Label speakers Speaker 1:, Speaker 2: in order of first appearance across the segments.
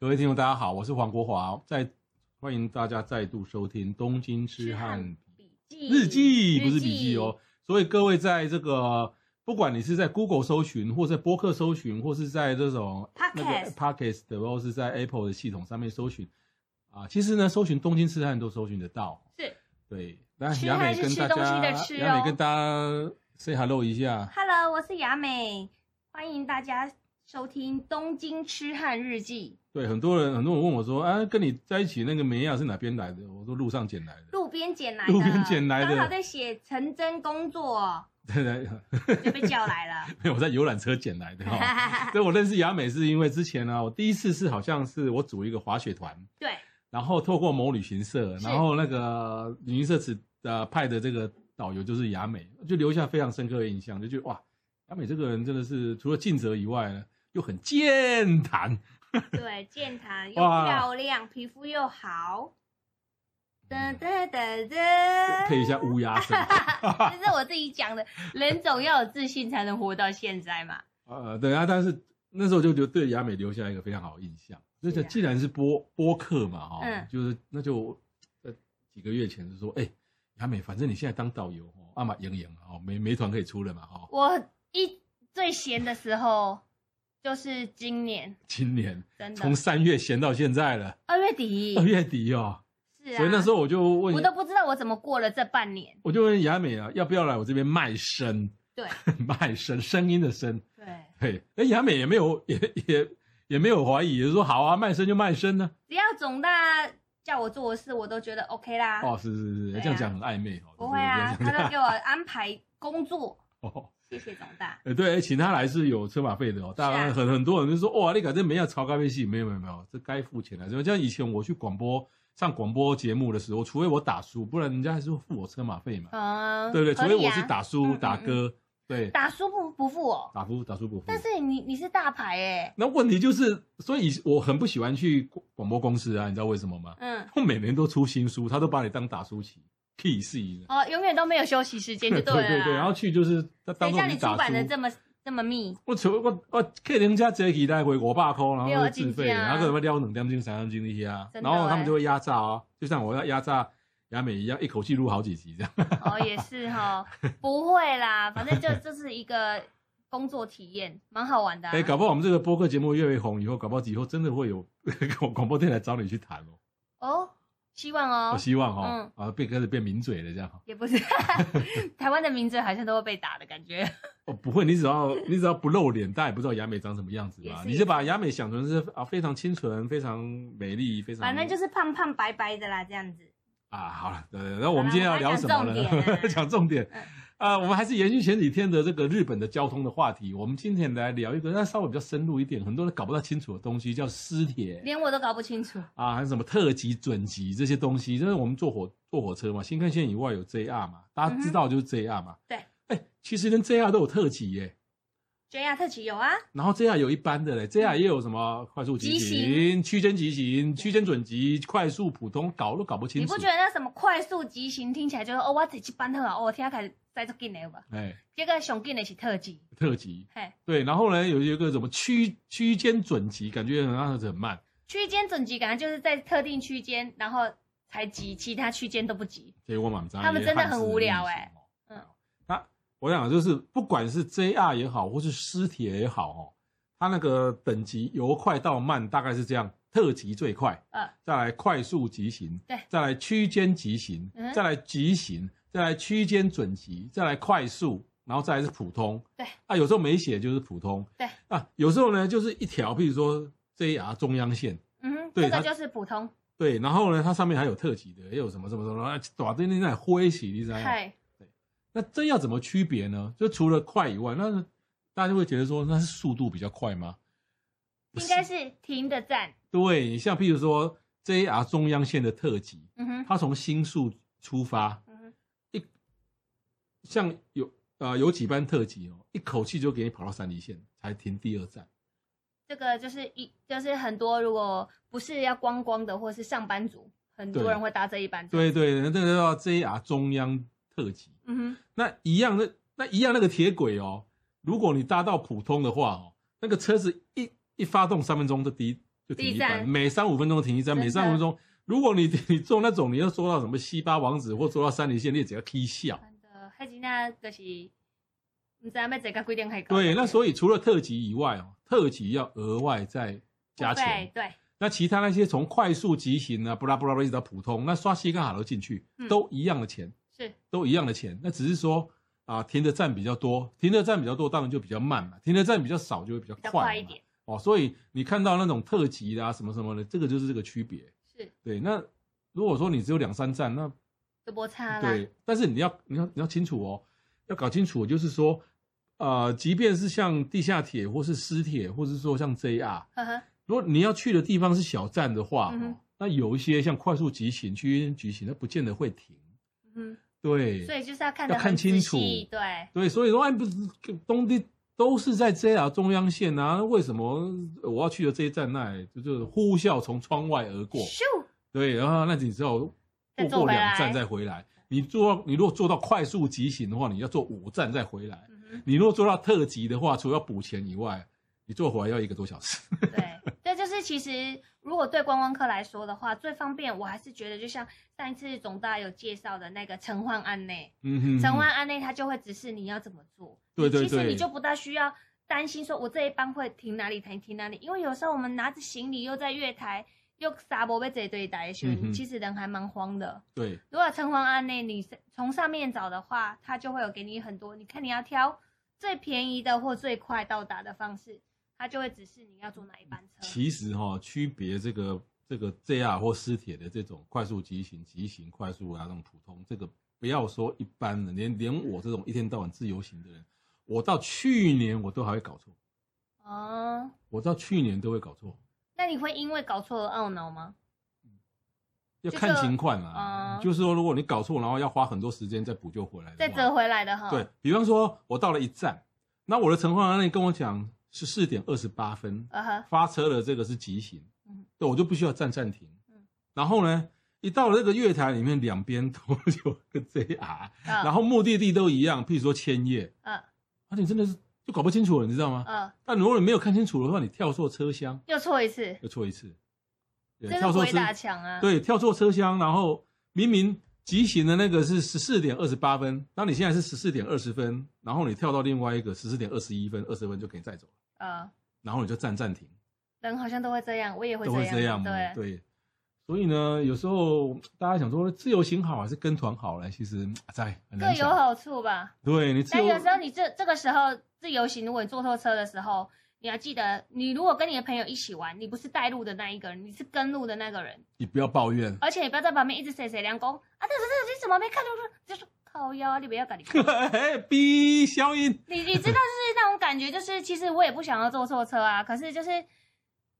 Speaker 1: 各位听众，大家好，我是黄国华，在欢迎大家再度收听《东京痴汉
Speaker 2: 笔记
Speaker 1: 日记》，不是笔记哦。。所以各位在这个，不管你是在 Google 搜寻，或在播客搜寻，或是在这种
Speaker 2: Podcast
Speaker 1: 那个 Podcast 的，或是在 Apple 的系统上面搜寻啊，其实呢，搜寻东京痴汉都搜寻得到。
Speaker 2: 是
Speaker 1: 对，那
Speaker 2: 痴
Speaker 1: 雅
Speaker 2: 汉
Speaker 1: 美
Speaker 2: 是
Speaker 1: 跟
Speaker 2: 吃
Speaker 1: 大
Speaker 2: 东西
Speaker 1: 家，
Speaker 2: 的吃
Speaker 1: 雅美
Speaker 2: 哦
Speaker 1: 跟大家 say hello 一下。
Speaker 2: ，Hello，我是雅美，欢迎大家收听《东京痴汉日记
Speaker 1: 对，很多人很多人问我说，啊，跟你在一起那个美亚是哪边来的？我说路上捡来》，的。
Speaker 2: 路边捡来的，
Speaker 1: 路边捡来的
Speaker 2: 刚好在写成真工作，
Speaker 1: 对对，
Speaker 2: 就被叫 来了。
Speaker 1: 没有，我在游览车捡来的、哦。 所以我认识雅美是因为之前呢、我第一次是好像是我组一个滑雪团，
Speaker 2: 对，
Speaker 1: 然后透过某旅行社，
Speaker 2: 是
Speaker 1: 然后那个旅行社只呃派的这个导游就是雅美，就留下非常深刻的印象，就觉得哇，雅美这个人真的是除了尽责以外呢，又很健谈，
Speaker 2: 对，健谈又
Speaker 1: 哇
Speaker 2: 漂亮，皮肤又好。噔噔噔噔，
Speaker 1: 配一下乌鸦声。
Speaker 2: 这是我自己讲的。人总要有自信，才能活到现在嘛。
Speaker 1: 呃，等一下，但是那时候就就对雅美留下一个非常好的印象。所以
Speaker 2: 是啊
Speaker 1: 既然是播播客嘛，哈、
Speaker 2: 嗯
Speaker 1: 就是那就呃几个月前就说，哎、雅美，反正你现在当导游哦，阿玛赢赢了哦，美美团可以出了嘛，哦，
Speaker 2: 我一最闲的时候就是今年，
Speaker 1: 今年
Speaker 2: 真的
Speaker 1: 从三月闲到现在了，
Speaker 2: 二月底
Speaker 1: 二月底哦，
Speaker 2: 是啊，
Speaker 1: 所以那时候我就问
Speaker 2: 我，都不知道我怎么过了这半年。
Speaker 1: 我就问雅美啊，要不要来我这边卖身？
Speaker 2: 对
Speaker 1: 卖身，声音的声，
Speaker 2: 对，
Speaker 1: 对，哎，雅美也没有也也也没有怀疑，也说好啊，卖身就卖身呢、
Speaker 2: 只要总大叫我做的事，我都觉得 OK 啦。
Speaker 1: 哦，是是是，
Speaker 2: 对啊
Speaker 1: 这样讲很暧昧哦。
Speaker 2: 不会啊，
Speaker 1: 对
Speaker 2: 他
Speaker 1: 对对
Speaker 2: 都给我安排 工作，
Speaker 1: 哦，
Speaker 2: 谢谢总大。
Speaker 1: 呃，对，请他来是有车马费
Speaker 2: 啊
Speaker 1: 的哦。当然，很很多人就说，哇，你搞这没要炒咖啡戏，没有没有没有，这该付钱的。就像以前我去广播上广播节目的时候，除非我打输，不然人家还是会付我车马费嘛，
Speaker 2: 嗯，
Speaker 1: 对不对？除
Speaker 2: 合
Speaker 1: 非
Speaker 2: 理
Speaker 1: 我
Speaker 2: 啊
Speaker 1: 是打嗯输
Speaker 2: 嗯嗯
Speaker 1: 打歌，对，
Speaker 2: 打输不不付我，
Speaker 1: 打输打输不付。
Speaker 2: 但是你你是大牌哎，
Speaker 1: 那问题就是，所以我很不喜欢去广广播公司啊，你知道为什么吗？
Speaker 2: 嗯，
Speaker 1: 我每年都出新书，他都把你当打书棋，key 是一样。
Speaker 2: 哦，永远都没有休息时间就
Speaker 1: 对
Speaker 2: 了啦。
Speaker 1: 对对，然后去就是他当
Speaker 2: 谁
Speaker 1: 做
Speaker 2: 叫你出
Speaker 1: 打
Speaker 2: 版的
Speaker 1: 书。
Speaker 2: 这么这么密？
Speaker 1: 我求我我客人家直接给带回五百块，然
Speaker 2: 对啊
Speaker 1: 后自费，
Speaker 2: 真的啊
Speaker 1: 然后可能撩两点钟、三点钟那些啊，
Speaker 2: 真
Speaker 1: 然
Speaker 2: 的
Speaker 1: 后他
Speaker 2: 欸
Speaker 1: 们就会压榨哦，就像我要压榨雅美一样，一口气录好几集这样。
Speaker 2: 哦，也是哈，不会啦，反正就就是一个工作体验，蛮好玩的啊、
Speaker 1: 哎，搞不好我们这个播客节目越来越红，以后搞不好以后真的会有 广广播电台找你去谈哦，
Speaker 2: 哦，希望哦，
Speaker 1: 我希望哦，啊，变开始变名嘴了这样。
Speaker 2: 也 不是，台湾的名字好像都会被打的感觉。
Speaker 1: 哦，不会，你只要你只要不露脸，大家也不知道雅美长什么样子嘛
Speaker 2: 也。是
Speaker 1: 你就把雅美想成是啊非常清纯、非常美丽、非常
Speaker 2: 反正就是胖胖白白的啦，这样子。
Speaker 1: 啊，好了，对对对那我们今天要聊什么
Speaker 2: 好啦我们来
Speaker 1: 呢？ 讲重点
Speaker 2: 嗯，
Speaker 1: 啊，我们还是延续前几天的这个日本的交通的话题。我们今天来聊一个那稍微比较深入一点，很多人搞不太清楚的东西，叫私铁
Speaker 2: 连我都搞不清楚。
Speaker 1: 啊，还有什么特急、准急这些东西。因为我们坐火坐火车嘛，新干线以外有 JR 嘛，大家知道就是 JR 嘛。
Speaker 2: 嗯对。
Speaker 1: 哎，其实连 JR 都有特急耶，
Speaker 2: JR 特急有啊，
Speaker 1: 然后 JR 有一般的嘞，JR 也有什么快速急
Speaker 2: 嗯急
Speaker 1: 行、区间急行、区间准急、快速普通，搞都搞不清
Speaker 2: 你
Speaker 1: 楚。
Speaker 2: 不觉得那什么快速急行听起来就是哦，我特急班特啊，哦，天开始在这进来吧。
Speaker 1: 哎，
Speaker 2: 结果上进的是特急，
Speaker 1: 特急。
Speaker 2: 嘿，
Speaker 1: 对，然后呢，有一个什么区区间准急，感觉好像很慢，
Speaker 2: 区间准急感觉就是在特定区间，然后才急，其他区间都不急。
Speaker 1: 结果满张。
Speaker 2: 他们真的很无聊哎
Speaker 1: 嗯，
Speaker 2: 嗯
Speaker 1: 那我想就是，不管是 JR 也好，或是私铁也好哦，它那个等级由快到慢大概是这样，特急最快，
Speaker 2: 呃，
Speaker 1: 再来快速急行，
Speaker 2: 对
Speaker 1: 再来区间急行
Speaker 2: 嗯，
Speaker 1: 再来急行，再来区间准急，再来快速，然后再来是普通。
Speaker 2: 对
Speaker 1: 啊，有时候没写就是普通。
Speaker 2: 对
Speaker 1: 啊，有时候呢就是一条，譬如说 JR 中央线。
Speaker 2: 嗯哼，
Speaker 1: 对
Speaker 2: 这个
Speaker 1: 它
Speaker 2: 就是普通，
Speaker 1: 对，然后呢，它上面还有特级的，也有什么什么什么，啊短的那那灰洗，你知道吗？
Speaker 2: 嗨，
Speaker 1: 那这要怎么区别呢？就除了快以外，那大家就会觉得说，那是速度比较快吗？
Speaker 2: 应该是停的站，
Speaker 1: 对，像譬如说 JR 中央线的特急，
Speaker 2: 嗯哼，
Speaker 1: 它从新宿出发，
Speaker 2: 嗯哼，
Speaker 1: 像有呃有几班特急哦，一口气就给你跑到三里线，才停第二站。
Speaker 2: 这个就是一就是很多如果不是要观光的或是上班族，很多
Speaker 1: 对
Speaker 2: 人会搭这一班。，
Speaker 1: 对对，那这个叫 JR 中央特急。
Speaker 2: 嗯哼，
Speaker 1: 那一样那那一样那个铁轨哦，如果你搭到普通的话哦，那个车子一一发动三分钟就第一就停一
Speaker 2: 第一
Speaker 1: 班，
Speaker 2: 站
Speaker 1: 每三五分钟停一站，
Speaker 2: 真的
Speaker 1: 每三五分钟。如果你 你坐那种，你要坐到什么西巴王子或坐到三里线，你也只要 K 笑。
Speaker 2: 真的，迄真正就是，唔知要坐到几点开
Speaker 1: 对，那
Speaker 2: 候
Speaker 1: 所以除了特急以外哦，特急要额外再加钱。
Speaker 2: 对，
Speaker 1: 那其他那些从快速急行啊，布拉布拉布拉一直到普通，那刷西干卡都进去
Speaker 2: 嗯，
Speaker 1: 都一样的钱。
Speaker 2: 是
Speaker 1: 都一样的钱，那只是说啊，停的站比较多，停的站比较多，当然就比较慢嘛，停的站比较少就会比较
Speaker 2: 比较
Speaker 1: 快
Speaker 2: 快
Speaker 1: 嘛
Speaker 2: 一点，
Speaker 1: 哦。所以你看到那种特急啦、什么什么的，这个就是这个区别。
Speaker 2: 是
Speaker 1: 对，那如果说你只有两三站，那
Speaker 2: 就无差啦。
Speaker 1: 对，但是你要你要你要清楚哦，要搞清楚，就是说，呃，即便是像地下铁或是私铁，或是说像 JR，
Speaker 2: 呵呵，
Speaker 1: 如果你要去的地方是小站的话，
Speaker 2: 嗯哼
Speaker 1: 哦，那有一些像快速急行、区间急行，它不见得会停。
Speaker 2: 嗯
Speaker 1: 对，
Speaker 2: 哼，所以就是要看得
Speaker 1: 要看
Speaker 2: 很
Speaker 1: 清
Speaker 2: 仔
Speaker 1: 楚
Speaker 2: 细，对，
Speaker 1: 对，所以说哎，不是东地都是在 JR 中央线啊，为什么我要去的这一站那里就是呼啸从窗外而过？
Speaker 2: 咻，
Speaker 1: 对，然后那你只要
Speaker 2: 再
Speaker 1: 过
Speaker 2: 坐
Speaker 1: 过
Speaker 2: 回
Speaker 1: 两站
Speaker 2: 来
Speaker 1: 再回来。你坐到你如果坐到快速急行的话，你要坐五站再回来。
Speaker 2: 嗯哼。
Speaker 1: 你如果坐到特急的话，除了要补钱以外，你坐回来要一个多小时。
Speaker 2: 对，这就是其实如果对观光客来说的话，最方便，我还是觉得就像上一次总大有介绍的那个城隍案内，
Speaker 1: 嗯哼
Speaker 2: 城隍案内它就会指示你要怎么做，
Speaker 1: 对对
Speaker 2: 其实
Speaker 1: 对
Speaker 2: 你就不大需要担心说我这一班会停哪里，停停哪里，因为有时候我们拿着行李又在月台又撒博被这对打一
Speaker 1: 嗯哼
Speaker 2: 圈，其实人还蛮慌的。
Speaker 1: 对
Speaker 2: 如果城隍案内你是从上面找的话，它就会有给你很多，你看你要挑最便宜的或最快到达的方式，它就会指示你要坐哪一班车。
Speaker 1: 嗯其实哈、区别这个这个 JR 或私铁的这种快速急行、急行快速啊，那种普通，这个不要说一般的，连连我这种一天到晚自由行的人，我到去年我都还会搞错，
Speaker 2: 哦，
Speaker 1: 我到去年都会搞错，
Speaker 2: 那你会因为搞错而懊恼吗？
Speaker 1: 要
Speaker 2: 这
Speaker 1: 看
Speaker 2: 个
Speaker 1: 情况啦。
Speaker 2: 嗯
Speaker 1: 就是说，如果你搞错，然后要花很多时间再补救回来的
Speaker 2: 再
Speaker 1: 话，
Speaker 2: 折回来的哈。
Speaker 1: 对，比方说，我到了一站，那我的城隍那里跟我讲十四点二十八分，
Speaker 2: 呃呵，
Speaker 1: 发车的这个是急行，
Speaker 2: 嗯
Speaker 1: 对我就不需要站站停，
Speaker 2: 嗯
Speaker 1: 然后呢，一到了这个月台里面，两边都有个 JR，、然
Speaker 2: 嗯
Speaker 1: 后目的地都一样，譬如说千叶，
Speaker 2: 嗯
Speaker 1: 而且真的是就搞不清楚了，你知道吗？
Speaker 2: 嗯，
Speaker 1: 但如果你没有看清楚的话，你跳错车厢
Speaker 2: 又错一次，
Speaker 1: 又错一次，对，
Speaker 2: 这
Speaker 1: 跳
Speaker 2: 是
Speaker 1: 错
Speaker 2: 鬼
Speaker 1: 车，
Speaker 2: 打墙啊。
Speaker 1: 对，跳错车厢，然后明明急行的那个是十四点二十八分，然后你现在是十四点二十分，然后你跳到另外一个十四点二十一分、二十分就给你载走了，
Speaker 2: 呃，
Speaker 1: 然后你就站站停。
Speaker 2: 人好像都会这样，我也会
Speaker 1: 都会这样
Speaker 2: 样。
Speaker 1: 嘛
Speaker 2: 对，
Speaker 1: 对，所以呢，有时候大家想说自由行好还是跟团好呢？其实嗯在很
Speaker 2: 各
Speaker 1: 难
Speaker 2: 有
Speaker 1: 讲。
Speaker 2: 好处吧。
Speaker 1: 对你自
Speaker 2: 但
Speaker 1: 由
Speaker 2: 有时候你这这个时候自由行，如果你坐错车的时候，你要记得，你如果跟你的朋友一起玩，你不是带路的那一个人，你是跟路的那个人，
Speaker 1: 你不要抱怨，
Speaker 2: 而且你不要在旁边一直谁谁两公啊，这这这你怎么没看出去？就说靠腰啊，你不要搞你。
Speaker 1: 逼消音。
Speaker 2: 你你知道就是那种感觉，就是其实我也不想要坐错车啊，可是就是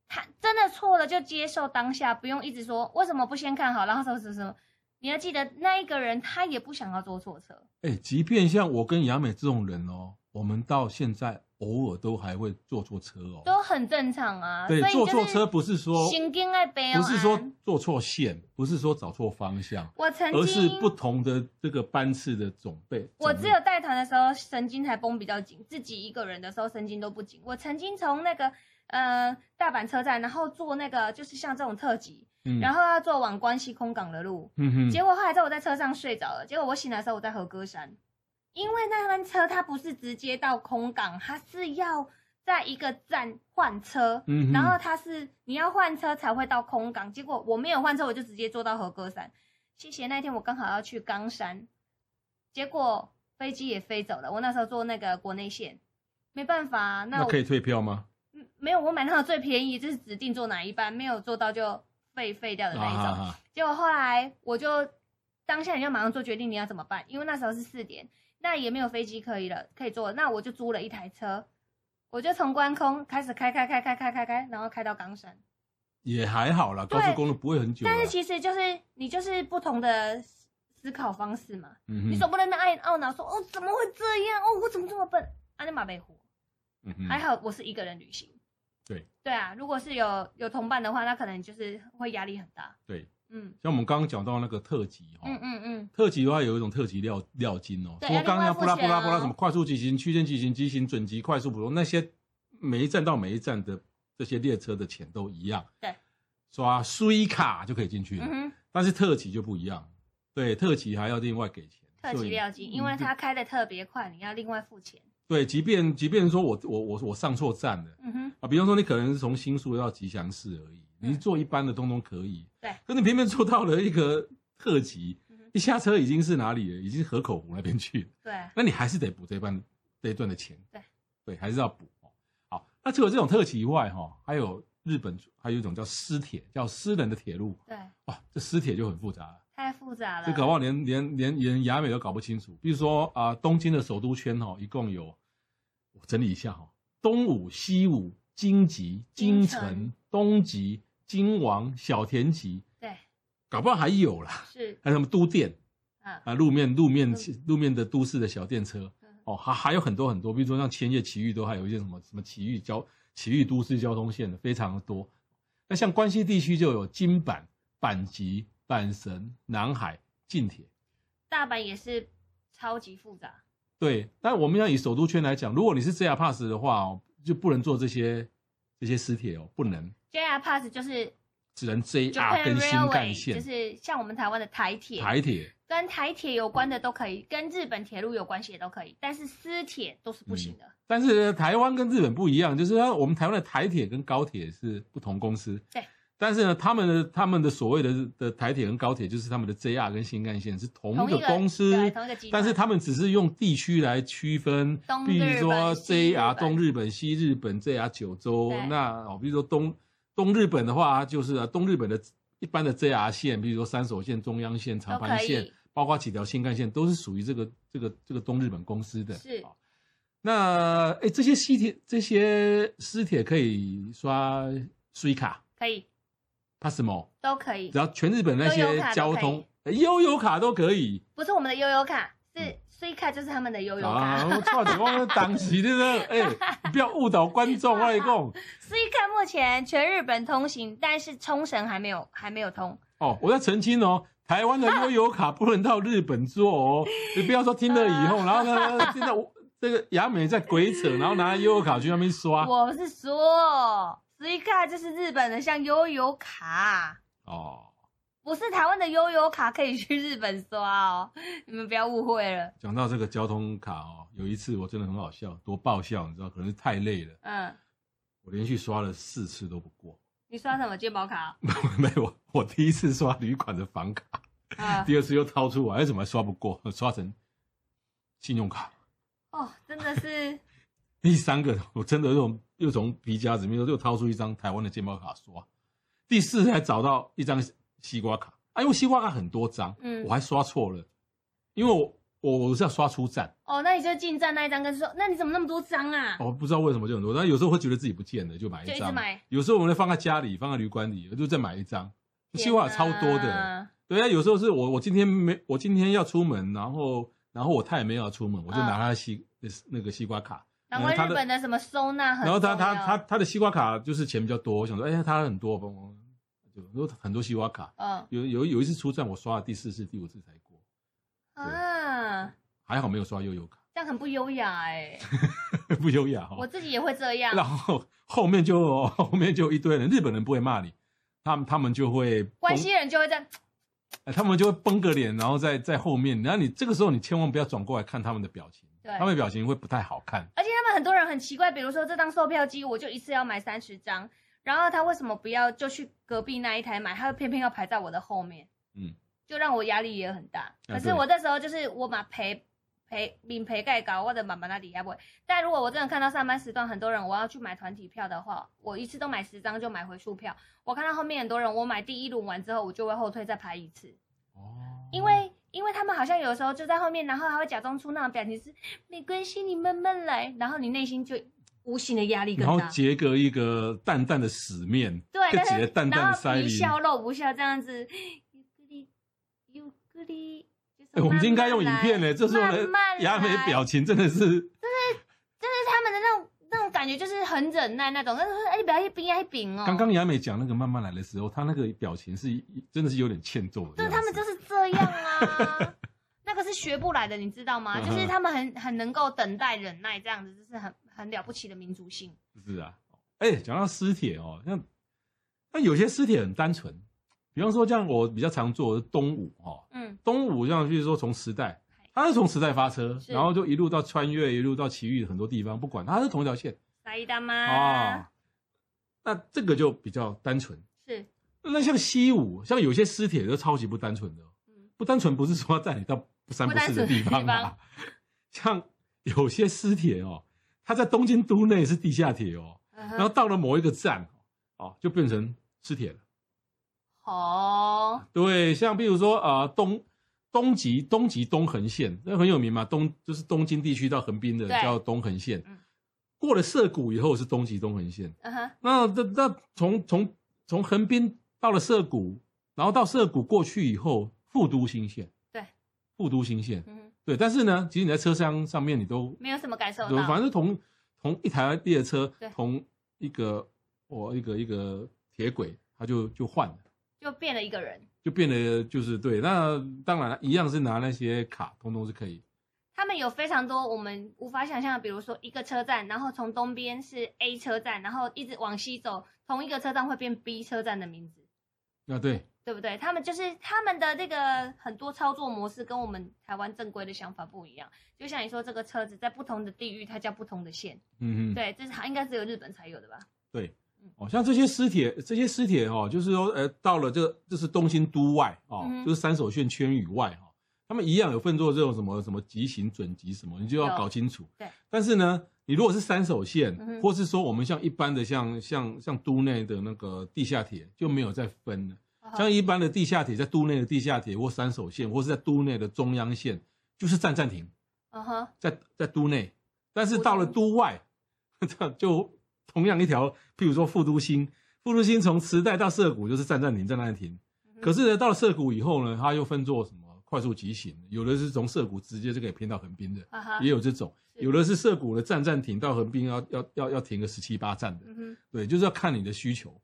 Speaker 2: 他真的错了就接受当下，不用一直说为什么不先看好，然后什么什么什么。你要记得那一个人他也不想要坐错车，
Speaker 1: 哎，即便像我跟雅美这种人哦，我们到现在偶尔都还会坐错车哦。
Speaker 2: 都很正常啊。
Speaker 1: 对
Speaker 2: 所以，
Speaker 1: 坐
Speaker 2: 就
Speaker 1: 错
Speaker 2: 是
Speaker 1: 车不是说
Speaker 2: 心经爱悲哦。
Speaker 1: 不是说坐错线，不是说找错方向，
Speaker 2: 我曾
Speaker 1: 而是
Speaker 2: 经
Speaker 1: 不同的这个班次的总备。
Speaker 2: 我
Speaker 1: 种
Speaker 2: 只
Speaker 1: 类
Speaker 2: 有带团的时候神经才绷比较紧，自己一个人的时候神经都不紧。我曾经从那个呃大阪车站，然后坐那个就是像这种特急，
Speaker 1: 嗯，
Speaker 2: 然
Speaker 1: 后
Speaker 2: 后要坐往关西空港的路，
Speaker 1: 嗯哼，
Speaker 2: 结果后来在我在车上睡着了，结果我醒来的时候我在和歌山，因为那班车它不是直接到空港，它是要在一个站换车，
Speaker 1: 嗯哼
Speaker 2: 然后它是你要换车才会到空港，结果我没有换车，我就直接坐到和歌山。谢谢那天我刚好要去冈山，结果飞机也飞走了，我那时候坐那个国内线，没办法啊，那
Speaker 1: 那
Speaker 2: 我
Speaker 1: 可以退票吗？
Speaker 2: 嗯没有我买那个最便宜，就是指定坐哪一班，没有坐到就废废掉的呃那一种。
Speaker 1: 啊
Speaker 2: 结果后来我就当下你就马上做决定你要怎么办，因为那时候是四点，那也没有飞机可以了，可以坐，那我就租了一台车，我就从关空开始开开开开开开开，然后开到冈山，
Speaker 1: 也还好啦，高
Speaker 2: 对
Speaker 1: 速公路不会很久啦。
Speaker 2: 但是其实就是你就是不同的思思考方式嘛，
Speaker 1: 嗯
Speaker 2: 你
Speaker 1: 哼
Speaker 2: 总不能爱懊恼说哦怎么会这样哦我怎么这么笨啊那马被虎。
Speaker 1: 嗯哼
Speaker 2: 还好我是一个人旅行。
Speaker 1: 对
Speaker 2: 对啊，如果是有有同伴的话，那可能就是会压力很大。
Speaker 1: 对，
Speaker 2: 嗯
Speaker 1: 像我们刚刚讲到那个特级哈、
Speaker 2: 嗯嗯嗯，
Speaker 1: 特级的话有一种特级料料金哦，
Speaker 2: 对
Speaker 1: 除了刚刚那
Speaker 2: 要另
Speaker 1: 布
Speaker 2: 外
Speaker 1: 拉布
Speaker 2: 付钱
Speaker 1: 拉
Speaker 2: 哦
Speaker 1: 布拉什么快速急行、区间急行、急行准急、快速普通那些，每一站到每一站的这些列车的钱都一样。
Speaker 2: 对，
Speaker 1: 刷苏伊卡就可以进去了，
Speaker 2: 嗯哼，
Speaker 1: 但是特级就不一样，对，特级还要另外给钱。
Speaker 2: 特
Speaker 1: 所
Speaker 2: 级
Speaker 1: 以
Speaker 2: 料金，因为它开的特别快，你要另外付钱。
Speaker 1: 对，即便即便说我我我我上错站了。
Speaker 2: 嗯哼，
Speaker 1: 啊，比方说你可能是从新宿到吉祥寺而已，
Speaker 2: 嗯
Speaker 1: 你坐一般的通通可以。
Speaker 2: 对
Speaker 1: 可你偏偏坐到了一个特级
Speaker 2: 嗯哼，
Speaker 1: 一下车已经是哪里了？已经是河口湖那边去了。
Speaker 2: 对，
Speaker 1: 那你还是得补这半这一段的钱。
Speaker 2: 对，
Speaker 1: 对，还是要补。哦好，那除了这种特级以外，哈，还有日本还有一种叫私铁，叫私人的铁路。
Speaker 2: 对，
Speaker 1: 哇，这私铁就很复杂了，
Speaker 2: 太复杂了。
Speaker 1: 这搞不好连连连连雅美都搞不清楚。比如说啊、东京的首都圈哈、哦，一共有我整理一下哈、哦，东武、西武、京极、
Speaker 2: 京
Speaker 1: 京
Speaker 2: 城
Speaker 1: 城、东极、京王、小田急，
Speaker 2: 对，
Speaker 1: 搞不好还有啦，
Speaker 2: 是
Speaker 1: 还有什么都电
Speaker 2: 啊，
Speaker 1: 啊，路面路面
Speaker 2: 嗯
Speaker 1: 路面的都市的小电车。
Speaker 2: 嗯
Speaker 1: 哦，还还有很多很多，比如说像千叶奇遇都还有一些什么什么奇遇交奇遇都市交通线的非常多。那像关西地区就有金阪、阪急、阪神、南海、近铁。
Speaker 2: 大阪也是超级复杂。
Speaker 1: 对，但我们要以首都圈来讲，如果你是 JR Pass 的话哦，就不能做这些这些私铁哦，不能，
Speaker 2: JR Pass 就是
Speaker 1: 只能 JR
Speaker 2: Japan
Speaker 1: 啊跟新干
Speaker 2: Railway，就
Speaker 1: 线、
Speaker 2: 是像我们台湾的台铁，
Speaker 1: 台铁。
Speaker 2: 跟台铁有关的都可以，跟日本铁路有关系也都可以，但是私铁都是不行的。
Speaker 1: 但是台湾跟日本不一样，就是它我们台湾的台铁跟高铁是不同公司。
Speaker 2: 对。
Speaker 1: 但是呢，他们的他们的所谓的的台铁跟高铁，就是他们的 JR 跟新干线是同
Speaker 2: 同
Speaker 1: 一个公司，
Speaker 2: 对同一个集团，
Speaker 1: 但是他们只是用地区来区分
Speaker 2: 东，
Speaker 1: 比如说
Speaker 2: 日本西日本
Speaker 1: JR 东日本、西日本、JR 九州
Speaker 2: 对。
Speaker 1: 那哦，比如说东东日本的话，就是啊东日本的一般的 JR 线，比如说三手线、中央线、长
Speaker 2: 都
Speaker 1: 盘
Speaker 2: 可以
Speaker 1: 线，包括几条新干线，都是属于这个这个这个东日本公司的。
Speaker 2: 是
Speaker 1: 哦那哎，这些西铁这些私铁可以刷 s u i c a
Speaker 2: 可以
Speaker 1: Passmo，
Speaker 2: 都可以
Speaker 1: 只，要全日本那
Speaker 2: 悠游
Speaker 1: 些
Speaker 2: 卡都
Speaker 1: 交
Speaker 2: 可以
Speaker 1: 通哎悠游卡都可以。
Speaker 2: 不是我们的悠游卡，是 C 卡就是他们的悠游
Speaker 1: 嗯啊！
Speaker 2: 卡。
Speaker 1: 我操，你忘了当时的那哎、你不要误导观众，外公
Speaker 2: C 卡目前全日本通行，但是冲绳还没有还没有通。
Speaker 1: 哦，我在澄清哦。台湾的悠游卡不能到日本做哦，你不要说听了以后，然后呢，现在我这个雅美在鬼扯，然后拿悠游卡去那边刷
Speaker 2: 我是说，C 卡就是日本的，像悠游卡，
Speaker 1: 哦，
Speaker 2: 不是台湾的悠游卡可以去日本刷哦， 你们不要误会了。
Speaker 1: 讲到这个交通卡哦，有一次我真的很好笑，多爆笑，你知道，可能是太累了，
Speaker 2: 嗯，
Speaker 1: 我连续刷了四次都不过。
Speaker 2: 你刷什么健保卡？
Speaker 1: 没有，我第一次刷旅馆的房卡，
Speaker 2: 啊，
Speaker 1: 第二次又掏出来，哎怎么还刷不过？刷成信用卡。
Speaker 2: 哦，真的是
Speaker 1: 第三个，我真的又从又从皮夹子里面又掏出一张台湾的健保卡刷。第四才找到一张西瓜卡，啊，因为西瓜卡很多张，
Speaker 2: 嗯
Speaker 1: 我还刷错了，因为我我我是要刷出站，
Speaker 2: 哦，那你就进站那一张跟说，那你怎么那么多张啊？
Speaker 1: 我不知道为什么就很多，但有时候会觉得自己不见了，就买
Speaker 2: 就一
Speaker 1: 一
Speaker 2: 直
Speaker 1: 哦张。
Speaker 2: 买
Speaker 1: 有时候我们放在家里，放在旅馆里，我就再买一张。西瓜卡超多
Speaker 2: 天
Speaker 1: 的，
Speaker 2: 哪，
Speaker 1: 对啊，有时候是我我今天没我今天要出门，然后然后我太没有要出门，
Speaker 2: 嗯
Speaker 1: 我就拿他的西、那个西瓜卡，
Speaker 2: 难
Speaker 1: 然
Speaker 2: 怪
Speaker 1: 后他
Speaker 2: 日
Speaker 1: 的
Speaker 2: 本的什么收纳很
Speaker 1: 然后他
Speaker 2: 重要
Speaker 1: 他他他的西瓜卡就是钱比较多，我想说，哎、呀，他很多，我就有很多西瓜卡。
Speaker 2: 嗯
Speaker 1: 有有有一次出站，我刷了第四次、第五次才过，
Speaker 2: 啊，
Speaker 1: 还好没有刷悠游卡，
Speaker 2: 这样很不优雅哎、
Speaker 1: 不优雅哈、
Speaker 2: 我自己也会这样。
Speaker 1: 然后后面就 后面就一堆人，日本人不会骂你，他们他们就会
Speaker 2: 关
Speaker 1: 崩，
Speaker 2: 西人就会这样，
Speaker 1: 呃他们就会绷个脸，然后在在后面，然后你这个时候你千万不要转过来看他们的表情，
Speaker 2: 对
Speaker 1: 他们的表情会不太好看。
Speaker 2: 而且他们很多人很奇怪，比如说这张售票机，我就一次要买三十张，然后他为什么不要就去隔壁那一台买，他偏偏要排在我的后面，
Speaker 1: 嗯，
Speaker 2: 就让我压力也很大。
Speaker 1: 啊
Speaker 2: 可是
Speaker 1: 对
Speaker 2: 我那时候就是我嘛陪陪领陪盖高或者妈妈那里也不会，但如果我真的看到上班时段很多人，我要去买团体票的话，我一次都买十张就买回数票。我看到后面很多人，我买第一轮完之后，我就会后退再排一次。
Speaker 1: 哦
Speaker 2: 因为因为他们好像有时候就在后面，然后还会假装出那种表情是没关系，你慢慢来，然后你内心就无形的压力更
Speaker 1: 然后
Speaker 2: 大。
Speaker 1: 结个一个淡淡的死面，
Speaker 2: 对，
Speaker 1: 个
Speaker 2: 但
Speaker 1: 结
Speaker 2: 是
Speaker 1: 淡淡
Speaker 2: 然
Speaker 1: 的
Speaker 2: 后
Speaker 1: 塞
Speaker 2: 皮
Speaker 1: 里。
Speaker 2: 笑肉不笑这样子，尤格里尤格里。就是
Speaker 1: 哎，我们今天应该
Speaker 2: 慢慢
Speaker 1: 用影
Speaker 2: 来
Speaker 1: 片呢，这时候的
Speaker 2: 慢慢
Speaker 1: 雅美
Speaker 2: 来
Speaker 1: 表情真的是，
Speaker 2: 但是他们的那种那种感觉就是很忍耐那种，但是说哎，你不要一饼一饼哦。
Speaker 1: 刚刚雅美讲那个慢慢来的时候，她那个表情是真的是有点欠揍的
Speaker 2: 对
Speaker 1: 样子。
Speaker 2: 他们就是这样啊， 那个是学不来的，你知道吗？
Speaker 1: 嗯哼
Speaker 2: 就是他们很很能够等待、忍耐，这样子就是很很了不起的民族性。
Speaker 1: 是啊，哎、讲到尸铁哦，像那有些尸铁很单纯，比方说像我比较常做的东武哦，
Speaker 2: 嗯，
Speaker 1: 东武像就是说从时代，它是从时代发车，
Speaker 2: 是
Speaker 1: 然后就一路到穿越，一路到奇遇很多地方，不管它是同一条线
Speaker 2: 沙伊大妈、
Speaker 1: 啊、那这个就比较单纯。
Speaker 2: 是，
Speaker 1: 那像西武，像有些尸铁都超级不单纯的哦，
Speaker 2: 嗯，
Speaker 1: 不单纯不是说要带你到三不四的地方
Speaker 2: 不单纯的地
Speaker 1: 啊，像有些尸铁哦，它在东京都内是地下铁哦。然
Speaker 2: 然
Speaker 1: 后到了某一个站，哦，就变成尸铁了。
Speaker 2: 哦，
Speaker 1: 对，像比如说呃东东极东极东横线，那很有名嘛，东就是东京地区到横滨的
Speaker 2: 对
Speaker 1: 叫东横线
Speaker 2: 嗯。
Speaker 1: 过了涩谷以后是东极东横线，
Speaker 2: 嗯哼，
Speaker 1: 那那那从从从横滨到了涩谷，然后到涩谷过去以后，富都新线。
Speaker 2: 对，
Speaker 1: 富都新线。
Speaker 2: 嗯哼，
Speaker 1: 对，但是呢，其实你在车厢上面你都
Speaker 2: 没有什么感受
Speaker 1: 对，
Speaker 2: 到，
Speaker 1: 反正是同同一台列车
Speaker 2: 对，
Speaker 1: 同一个哦一个一个铁轨，它就就换了，
Speaker 2: 就变了一个人。
Speaker 1: 就变得就是对。那当然一样是拿那些卡，通通是可以。
Speaker 2: 他们有非常多我们无法想象的，比如说一个车站，然后从东边是 A 车站，然后一直往西走，同一个车站会变 B 车站的名字。
Speaker 1: 啊，对，
Speaker 2: 对不对？他们就是他们的这个很多操作模式跟我们台湾正规的想法不一样。就像你说，这个车子在不同的地域，它叫不同的线。
Speaker 1: 嗯嗯，
Speaker 2: 对，这是它应该只有日本才有的吧？
Speaker 1: 对
Speaker 2: 嗯。
Speaker 1: 哦，像这些尸铁，这些尸铁哦，就是说，呃，到了这个就是东京都外哦，
Speaker 2: 嗯哼
Speaker 1: 就是三手线圈以外哦，他们一样有分作这种什么什么极行、准极什么，你就要
Speaker 2: 有
Speaker 1: 搞清楚。
Speaker 2: 对。
Speaker 1: 但是呢，你如果是三手线，
Speaker 2: 嗯哼
Speaker 1: 或是说我们像一般的像像像都内的那个地下铁就没有再分了。
Speaker 2: 哦
Speaker 1: 像一般的地下铁，在都内的地下铁或三手线，或是在都内的中央线，就是站站停，
Speaker 2: 嗯哼，
Speaker 1: 在在都内，但是
Speaker 2: 都
Speaker 1: 到了都外， 这就同样一条，譬如说富都新，富都新从池袋到涩谷就是站站停，站站停。
Speaker 2: 嗯
Speaker 1: 可是呢，到了涩谷以后呢，它又分作什么快速急行，有的是从涩谷直接就可以偏到横滨的，
Speaker 2: 嗯哼，
Speaker 1: 也有这种，
Speaker 2: 是
Speaker 1: 有的是涩谷的站站停到横滨要要要要停个十七八站的，
Speaker 2: 嗯哼，
Speaker 1: 对，就是要看你的需求。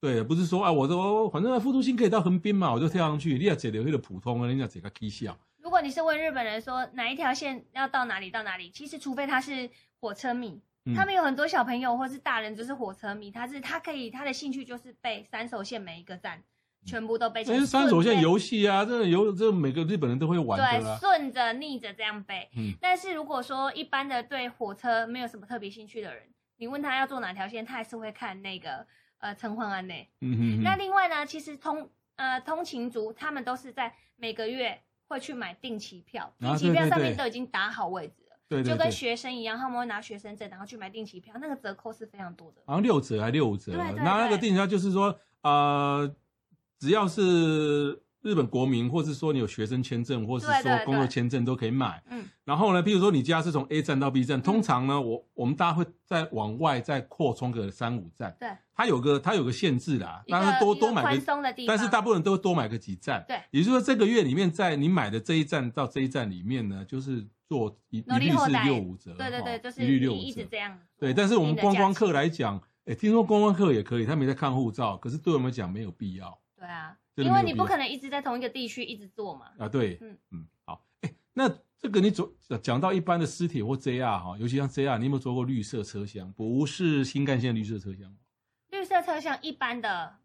Speaker 1: 对，不是说啊，我说哦反正富都新可以到横滨嘛，我就跳上去。你要解留那个普通啊，你要解个 K 笑，
Speaker 2: 如果你是问日本人说哪一条线要到哪里到哪里，其实除非他是火车迷，
Speaker 1: 嗯
Speaker 2: 他们有很多小朋友或是大人就是火车迷，他是他可以他的兴趣就是背三手线每一个站全部都背起来。
Speaker 1: 哎，三手
Speaker 2: 顺
Speaker 1: 线
Speaker 2: 背
Speaker 1: 游戏啊，这个游这个每个日本人都会玩啊的
Speaker 2: 对，
Speaker 1: 啦。
Speaker 2: 顺着逆着这样背。
Speaker 1: 嗯
Speaker 2: 但是如果说一般的对火车没有什么特别兴趣的人，你问他要坐哪条线，他还是会看那个呃陈焕安内。
Speaker 1: 嗯嗯
Speaker 2: 那
Speaker 1: 嗯，
Speaker 2: 另外呢，其实通呃通勤族他们都是在每个月会去买定期票，
Speaker 1: 啊
Speaker 2: 定期票
Speaker 1: 对对
Speaker 2: 上面
Speaker 1: 对
Speaker 2: 都已经打好位置了。
Speaker 1: 对对
Speaker 2: 就跟
Speaker 1: 对，
Speaker 2: 学生一样，他们会拿学生证，然后去买定期票，那个折扣是非常多的。
Speaker 1: 好像六折还六折，啊
Speaker 2: 对对
Speaker 1: 那那个
Speaker 2: 对
Speaker 1: 定价就是说，呃，只要是日本国民，或是说你有学生签证，或是
Speaker 2: 对对
Speaker 1: 说
Speaker 2: 对
Speaker 1: 工作签证都可以买。
Speaker 2: 嗯，
Speaker 1: 然后呢，譬如说你家是从 A 站到 B 站，通常呢，我我们大家会再往外再扩充个三五站。
Speaker 2: 对，
Speaker 1: 它有个它有个限制啦，
Speaker 2: 一
Speaker 1: 当
Speaker 2: 个
Speaker 1: 然多
Speaker 2: 一个
Speaker 1: 多买
Speaker 2: 宽
Speaker 1: 个，
Speaker 2: 松的地方，
Speaker 1: 但是大部分人都多买个几站。
Speaker 2: 对
Speaker 1: 也就是说这个月里面，在你买的这一站到这一站里面呢，就是做一
Speaker 2: 努
Speaker 1: 一
Speaker 2: 力
Speaker 1: 律
Speaker 2: 后
Speaker 1: 是
Speaker 2: 代
Speaker 1: 六五折，
Speaker 2: 对对
Speaker 1: 哦
Speaker 2: 对，就是
Speaker 1: 一律六
Speaker 2: 你
Speaker 1: 五
Speaker 2: 一直
Speaker 1: 折。
Speaker 2: 这样做。
Speaker 1: 对，但是我们
Speaker 2: 你的
Speaker 1: 观光
Speaker 2: 假期
Speaker 1: 客来讲，哎，听说观光客也可以，他没在看护照，可是对我们讲没有必要
Speaker 2: 对啊，
Speaker 1: 真的
Speaker 2: 因
Speaker 1: 没
Speaker 2: 为
Speaker 1: 有
Speaker 2: 你
Speaker 1: 必
Speaker 2: 不
Speaker 1: 要
Speaker 2: 可能一直在同一个地区一直做嘛。
Speaker 1: 啊。对，嗯
Speaker 2: 嗯
Speaker 1: 好，哎，那这个你走讲到一般的尸体或 JR 哈，尤其像啊 JR，你有没有坐过绿色车厢？不是新干线绿色车厢，
Speaker 2: 绿色车厢一般的，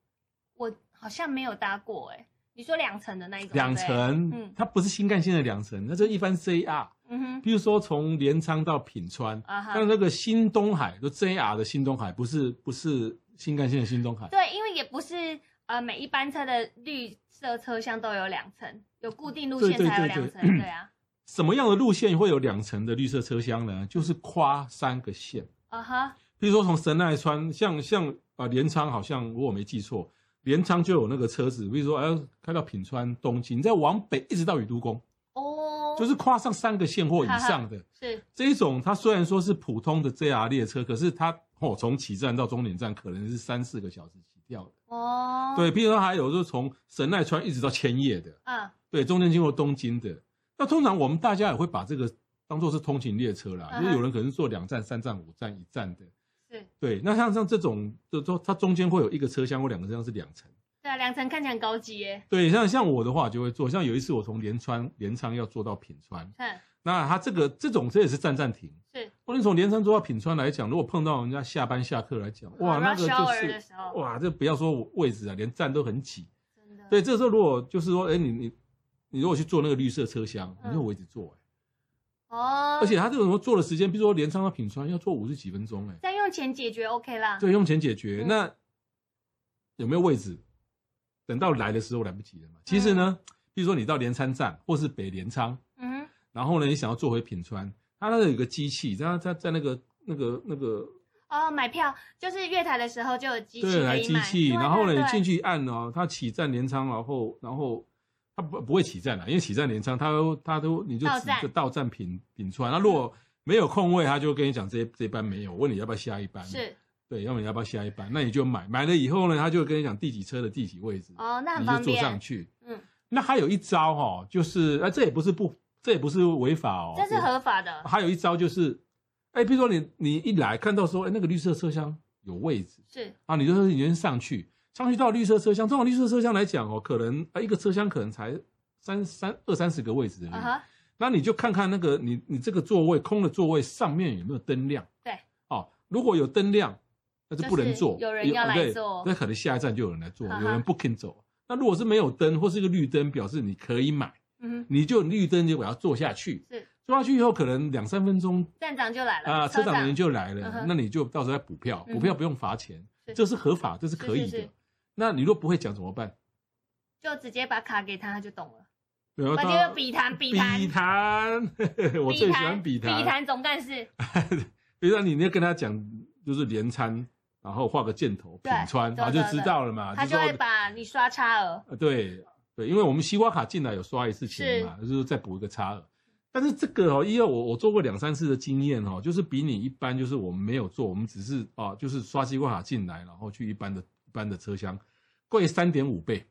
Speaker 2: 我好像没有搭过哎、你说两层的那一种，
Speaker 1: 两
Speaker 2: 对不对，
Speaker 1: 层，
Speaker 2: 嗯
Speaker 1: 它不是新干线的两层，那这一般 JR。
Speaker 2: 嗯哼，
Speaker 1: 比如说从镰仓到品川，
Speaker 2: 啊
Speaker 1: 像
Speaker 2: 哈，
Speaker 1: 那个新东海，就 JR 的新东海，不是不是新干线的新东海，
Speaker 2: 对，因为也不是呃每一班车的绿色车厢都有两层，有固定路线
Speaker 1: 对对对
Speaker 2: 才有两
Speaker 1: 对嗯
Speaker 2: 层，对啊，
Speaker 1: 什么样的路线会有两层的绿色车厢呢？就是跨三个线，
Speaker 2: 啊哈，
Speaker 1: 比如说从神奈川，像像啊镰仓，好像如果我没记错，镰仓就有那个车子，比如说哎开到品川、东京，再往北一直到宇都宫，
Speaker 2: 哦，哦，
Speaker 1: 就是跨上三个线或以上的
Speaker 2: 是
Speaker 1: 这一种，它虽然说是普通的 JR 列车，可是它哦从起站到终点站可能是三四个小时起跳的。
Speaker 2: 哦，
Speaker 1: 对，譬如说还有就是从神奈川一直到千叶的，
Speaker 2: 啊，
Speaker 1: 对，中间经过东京的。那通常我们大家也会把这个当做是通勤列车啦，
Speaker 2: 嗯
Speaker 1: 就
Speaker 2: 哼
Speaker 1: 是有人可能是坐两站、三站、五站、一站的。
Speaker 2: 是
Speaker 1: 对，那像像这种，就说它中间会有一个车厢或两个车厢是两层。
Speaker 2: 对啊，两层看起来很高级耶，
Speaker 1: 对，像像我的话就会坐，像有一次我从镰川镰仓要坐到品川，
Speaker 2: 看
Speaker 1: 那它这个这种这也是站站停。
Speaker 2: 是
Speaker 1: 不论从镰仓坐到品川来讲，如果碰到人家下班下课来讲，哇，
Speaker 2: 啊
Speaker 1: 那个
Speaker 2: rush
Speaker 1: 就
Speaker 2: hour 的
Speaker 1: 是
Speaker 2: 时候，嗯
Speaker 1: 哇，这不要说位置啊，连站都很挤。
Speaker 2: 真的
Speaker 1: 对，这时候如果就是说，哎，你你你如果去坐那个绿色车厢，
Speaker 2: 嗯
Speaker 1: 你就我一直坐、哎
Speaker 2: 哦，
Speaker 1: 而且它这种坐的时间，比如说镰仓到品川要坐五十几分钟、哎，
Speaker 2: 再用钱解决 OK 啦，
Speaker 1: 对，用钱解决。
Speaker 2: 嗯
Speaker 1: 那有没有位置？等到来的时候来不及了嘛。其实呢，
Speaker 2: 嗯
Speaker 1: 比如说你到镰仓站或是北镰仓，
Speaker 2: 嗯哼，
Speaker 1: 然后呢你想要坐回品川，它那个有个机器，它它在那个那个那个
Speaker 2: 哦，买票就是月台的时候就有机器
Speaker 1: 对
Speaker 2: 可
Speaker 1: 来
Speaker 2: 以
Speaker 1: 机
Speaker 2: 买，
Speaker 1: 器，然后呢你进
Speaker 2: 去
Speaker 1: 去按哦，它起站镰仓，然后然后。它不不会起站了，因为起站镰仓，它都它都你就
Speaker 2: 到
Speaker 1: 只
Speaker 2: 站
Speaker 1: 就到站品品川。那如果没有空位，他就跟你讲这一这一班没有，问你要不要下一班。
Speaker 2: 是
Speaker 1: 对，要么你要不要下一班？那你就买，买了以后呢，他就跟你讲第几车的第几位置，
Speaker 2: 哦，那很
Speaker 1: 你就
Speaker 2: 方
Speaker 1: 坐上
Speaker 2: 便，
Speaker 1: 去。
Speaker 2: 嗯，
Speaker 1: 那还有一招哈、哦，就是啊，这也不是不，这也不是违法哦，
Speaker 2: 这是合法的，
Speaker 1: 还有一招就是，哎，比如说你你一来看到说，哎，那个绿色车厢有位置
Speaker 2: 是
Speaker 1: 啊，你就是你先上去，上去到绿色车厢，通常绿色车厢来讲哦，可能啊一个车厢可能才三三二三十个位置而已。
Speaker 2: 啊哈，
Speaker 1: 那你就看看那个你你这个座位空的座位上面有没有灯亮。
Speaker 2: 对，
Speaker 1: 哦，如果有灯亮，那就不能坐，哦
Speaker 2: 就是有人要来
Speaker 1: 对
Speaker 2: 坐
Speaker 1: 那可能下一站就有人来坐，
Speaker 2: 哈哈
Speaker 1: 有人不肯走。那如果是没有灯或是一个绿灯，表示你可以买，
Speaker 2: 嗯哼，
Speaker 1: 你就绿灯就把它坐下去。
Speaker 2: 是
Speaker 1: 坐下去以后，可能两三分钟
Speaker 2: 站长就来了，
Speaker 1: 啊、
Speaker 2: 车
Speaker 1: 车长人就来
Speaker 2: 嗯
Speaker 1: 了，
Speaker 2: 哼
Speaker 1: 那你就到时候再补票，
Speaker 2: 嗯
Speaker 1: 补票不用罚钱，
Speaker 2: 是
Speaker 1: 这是合法，这是可以
Speaker 2: 是是
Speaker 1: 的
Speaker 2: 是。
Speaker 1: 那你若不会讲怎么办？
Speaker 2: 就直接把卡给他，他就懂了，
Speaker 1: 然后
Speaker 2: 那
Speaker 1: 到
Speaker 2: 就比谈比
Speaker 1: 比
Speaker 2: 谈，
Speaker 1: 谈， 我最喜欢比谈。
Speaker 2: 比谈总干事，
Speaker 1: 比如说你要跟他讲，就是连餐，然后画个箭头
Speaker 2: 对
Speaker 1: 品川，
Speaker 2: 对
Speaker 1: 他就知道了嘛。
Speaker 2: 他就
Speaker 1: 啊就
Speaker 2: 会
Speaker 1: 说
Speaker 2: 把你刷差额，
Speaker 1: 呃对对，因为我们西瓜卡进来有刷一次钱嘛，就是再补一个差额。但是这个哦，因为我我做过两三次的经验哦，就是比你一般，就是我们没有做，我们只是啊，就是刷西瓜卡进来，然后去一般的一般的车厢，贵三点五倍。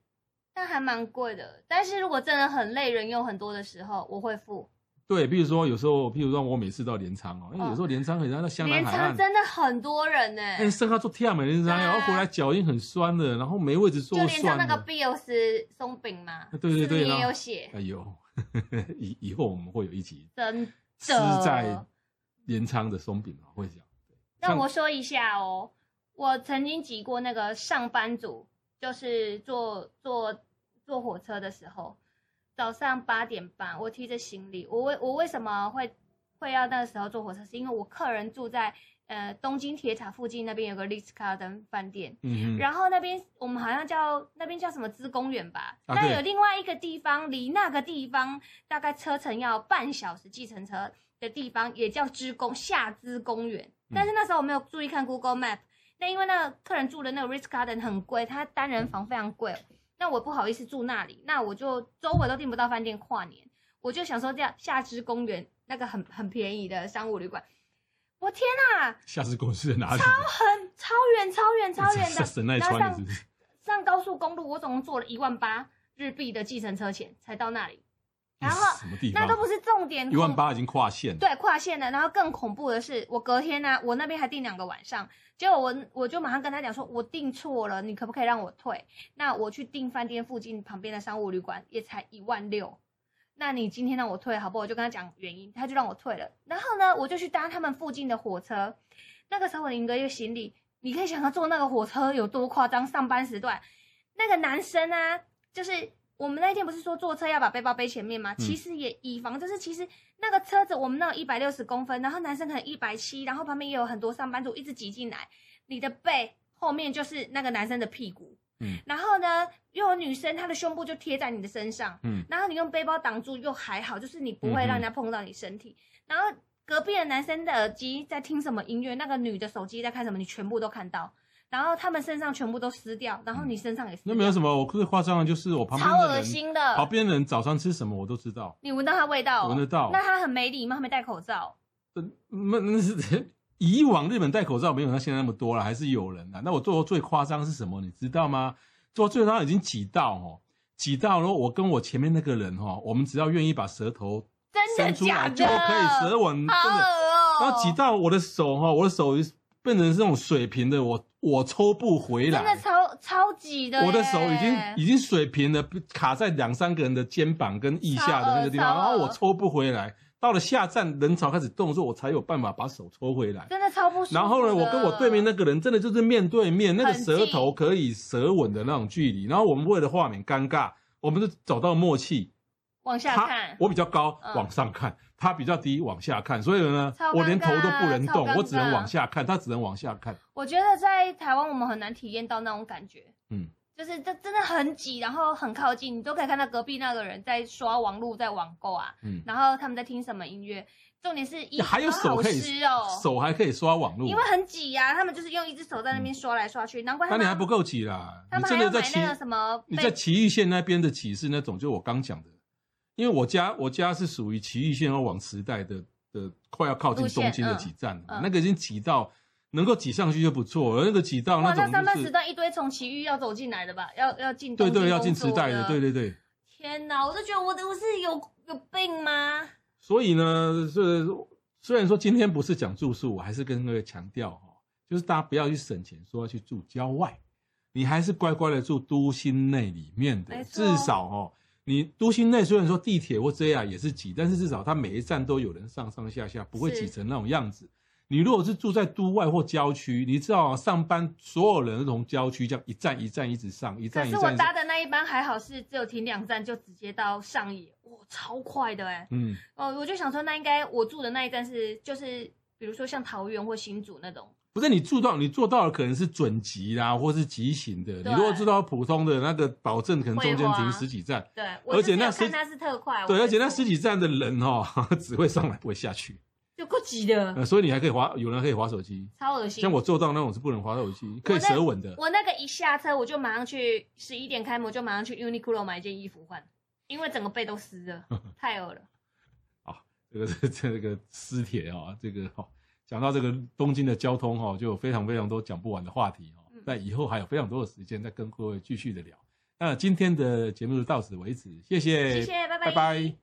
Speaker 2: 那还蛮贵的。但是如果真的很累，人又很多的时候，我会付。
Speaker 1: 对，比如说有时候，譬如说我每次到镰仓哦，因为有时候镰仓很像到香南
Speaker 2: 镰
Speaker 1: 海
Speaker 2: 仓
Speaker 1: 岸，
Speaker 2: 真的很多人呢、
Speaker 1: 哎，身高做跳美镰仓，
Speaker 2: 对
Speaker 1: 然
Speaker 2: 啊
Speaker 1: 后回来脚已经很酸了，然后没位置
Speaker 2: 就
Speaker 1: 坐，
Speaker 2: 镰
Speaker 1: 酸
Speaker 2: 仓那
Speaker 1: 了。啊
Speaker 2: 个 Bios 松饼嘛，
Speaker 1: 对对
Speaker 2: 是不是
Speaker 1: 对啦
Speaker 2: 也有写，
Speaker 1: 哎呦， 以以后我们会有一集
Speaker 2: 真的。
Speaker 1: 吃在镰仓的松饼啊，会讲。
Speaker 2: 那
Speaker 1: 像
Speaker 2: 我说一下哦，我曾经挤过那个上班族，就是坐坐坐火车的时候，早上八点半，我提着行李，我为我为什么会会要那时候坐火车，是因为我客人住在呃东京铁塔附近那边有个 Ritz Carlton 饭店，
Speaker 1: 嗯哼，
Speaker 2: 然后那边我们好像叫那边叫什么资公园吧，
Speaker 1: 啊
Speaker 2: 那
Speaker 1: 对
Speaker 2: 有另外一个地方，离那个地方大概车程要半小时，计程车的地方也叫资公下资公园。
Speaker 1: 嗯
Speaker 2: 但是那时候我没有注意看 Google Map，那因为那个客人住的那个 Ritz Garden 很贵，他单人房非常贵，哦那我不好意思住那里，那我就周围都订不到饭店跨年，我就想说这样下支公园那个很很便宜的商务旅馆，我天啊，
Speaker 1: 下次公司在哪里？
Speaker 2: 很超远超远超远的
Speaker 1: 在，神奈川的是不是？
Speaker 2: 上高速公路，我总共坐了一万八日币的计程车钱才到那里，然后
Speaker 1: 什么地方？
Speaker 2: 那都不是重点。
Speaker 1: 一万八已经跨线了。
Speaker 2: 对，跨线的。然后更恐怖的是，我隔天呢、我那边还订两个晚上，结果我我就马上跟他讲说，我订错了，你可不可以让我退？那我去订饭店附近旁边的商务旅馆，也才一万六。那你今天让我退好不好？我就跟他讲原因，他就让我退了。然后呢，我就去搭他们附近的火车。那个时候我拎个一个行李，你可以想象坐那个火车有多夸张。上班时段，那个男生啊，就是我们那天不是说坐车要把背包背前面
Speaker 1: 嗯
Speaker 2: 吗？其实也以防，就是其实那个车子我们那有一百六十公分，然后男生可能一百七，然后旁边也有很多上班族一直挤进来，你的背后面就是那个男生的屁股，
Speaker 1: 嗯，
Speaker 2: 然后呢，又有女生她的胸部就贴在你的身上，
Speaker 1: 嗯，
Speaker 2: 然后你用背包挡住又还好，就是你不会让人家碰到你身体，然后。隔壁的男生的耳机在听什么音乐，那个女的手机在看什么，你全部都看到。然后他们身上全部都湿掉，然后你身上也湿掉。
Speaker 1: 那没有什么，我最夸张的就是我旁边
Speaker 2: 超
Speaker 1: 的
Speaker 2: 恶
Speaker 1: 人，
Speaker 2: 心的，
Speaker 1: 旁边的人早上吃什么我都知道，
Speaker 2: 你闻到它味道、哦，
Speaker 1: 闻得到
Speaker 2: 那他很没礼貌，还没戴口罩。
Speaker 1: 呃那那是以往日本戴口罩没有像现在那么多了，还是有人的。那我做过最夸张是什么？你知道吗？做最夸张已经挤到哦，挤到了我跟我前面那个人哦，我们只要愿意把舌头
Speaker 2: 真的
Speaker 1: 伸出
Speaker 2: 假
Speaker 1: 来
Speaker 2: 的？
Speaker 1: 就可以舌吻，
Speaker 2: 好
Speaker 1: 真
Speaker 2: 恶
Speaker 1: 的。
Speaker 2: 哦、
Speaker 1: 然后挤到我的手哈，我的手变成是那种水平的，我我抽不回
Speaker 2: 真的
Speaker 1: 来。
Speaker 2: 超超挤的耶。
Speaker 1: 我的手已经已经水平了，卡在两三个人的肩膀跟腋下的那个地方，
Speaker 2: 超恶
Speaker 1: 然后我
Speaker 2: 超恶
Speaker 1: 抽不回来。到了下站，人潮开始动的时候，我才有办法把手抽回来。
Speaker 2: 真的超不舒服的。
Speaker 1: 然后呢，我跟我对面那个人真的就是面对面，那个舌头
Speaker 2: 近
Speaker 1: 可以舌吻的那种距离。然后我们为了化免尴尬，我们就找到默契。
Speaker 2: 往下
Speaker 1: 他
Speaker 2: 看，
Speaker 1: 我比较高，
Speaker 2: 嗯
Speaker 1: 往上看；他比较低，往下看。所以呢
Speaker 2: 超尴，尬
Speaker 1: 我连头都不能动
Speaker 2: 超尴，尬
Speaker 1: 我只能往下看，他只能往下看。
Speaker 2: 我觉得在台湾我们很难体验到那种感觉。
Speaker 1: 嗯，
Speaker 2: 就是这真的很挤，然后很靠近，你都可以看到隔壁那个人在刷网络，在网购啊，
Speaker 1: 嗯，
Speaker 2: 然后他们在听什么音乐。重点是一
Speaker 1: 哎还有手
Speaker 2: 好
Speaker 1: 可以
Speaker 2: 湿哦，
Speaker 1: 手还可以刷网络
Speaker 2: 因，为很挤呀、他们就是用一只手在那边刷来刷去，难怪他
Speaker 1: 但嗯你
Speaker 2: 们
Speaker 1: 还不够挤啦。
Speaker 2: 他
Speaker 1: 你
Speaker 2: 们
Speaker 1: 真的
Speaker 2: 还要
Speaker 1: 在
Speaker 2: 买
Speaker 1: 骑
Speaker 2: 那个什么被，
Speaker 1: 你在奇玉县那边的起是那种，就我刚讲的，因为我家我家是属于奇玉县要往池袋的的快要靠近东京的几站了嘛
Speaker 2: 嗯嗯
Speaker 1: 那个已经挤到能够挤上去就不错了，那个挤到
Speaker 2: 哇，
Speaker 1: 那
Speaker 2: 那上班
Speaker 1: 种
Speaker 2: 时
Speaker 1: 就是
Speaker 2: 段一堆从奇遇要走进来的吧？要要进
Speaker 1: 对
Speaker 2: 东京
Speaker 1: 对要
Speaker 2: 工
Speaker 1: 进
Speaker 2: 作
Speaker 1: 池袋的，对。对对。
Speaker 2: 天哪，我都觉得我我是有有病吗？
Speaker 1: 所以呢，是虽然说今天不是讲住宿，我还是跟各位强调哈，就是大家不要去省钱，说要去住郊外，你还是乖乖的住都心内里面的
Speaker 2: 没，错
Speaker 1: 至少哦，你都心内虽然说地铁或 JR 也是挤，但是至少它每一站都有人上上下下，不会
Speaker 2: 是
Speaker 1: 挤成那种样子。你如果是住在都外或郊区，你知道、啊、上班所有人都从郊区这样一站一站一直上，一
Speaker 2: 可
Speaker 1: 站一
Speaker 2: 是
Speaker 1: 站一
Speaker 2: 我
Speaker 1: 站一
Speaker 2: 搭
Speaker 1: 站，
Speaker 2: 的那一班还好是只有停两站就直接到上野，哇，超快的哎、
Speaker 1: 嗯，
Speaker 2: 哦，我就想说，那应该我住的那一站是就是比如说像桃园或新竹那种，
Speaker 1: 不是你住到你做到的可能是准级啦，或是级型的。你
Speaker 2: 对
Speaker 1: 如果住到普通的那个，保证可能中
Speaker 2: 会
Speaker 1: 间
Speaker 2: 花
Speaker 1: 停十几站。
Speaker 2: 对，我
Speaker 1: 而
Speaker 2: 就
Speaker 1: 且
Speaker 2: 是
Speaker 1: 那
Speaker 2: 有
Speaker 1: 十
Speaker 2: 看它是特快，
Speaker 1: 对，
Speaker 2: 我
Speaker 1: 而且那
Speaker 2: 就
Speaker 1: 十几站的人哦， 只会上来不会下去，
Speaker 2: 就够挤的，
Speaker 1: 呃，所以你还可以滑，有人可以滑手机。
Speaker 2: 超恶心。
Speaker 1: 像我做到那种是不能滑手机，可以
Speaker 2: 那
Speaker 1: 舌吻的。
Speaker 2: 我那个一下车，我就马上去十一点开门，我就马上去 Uniqlo 买一件衣服换，因为整个背都湿 了，太恶了。
Speaker 1: 这个是这个私铁哦，这个哦，讲到这个东京的交通哦，就有非常非常多讲不完的话题哦
Speaker 2: 嗯。
Speaker 1: 那以后还有非常多的时间再跟各位继续的聊。那今天的节目就到此为止，谢谢，
Speaker 2: 谢谢，拜
Speaker 1: 拜拜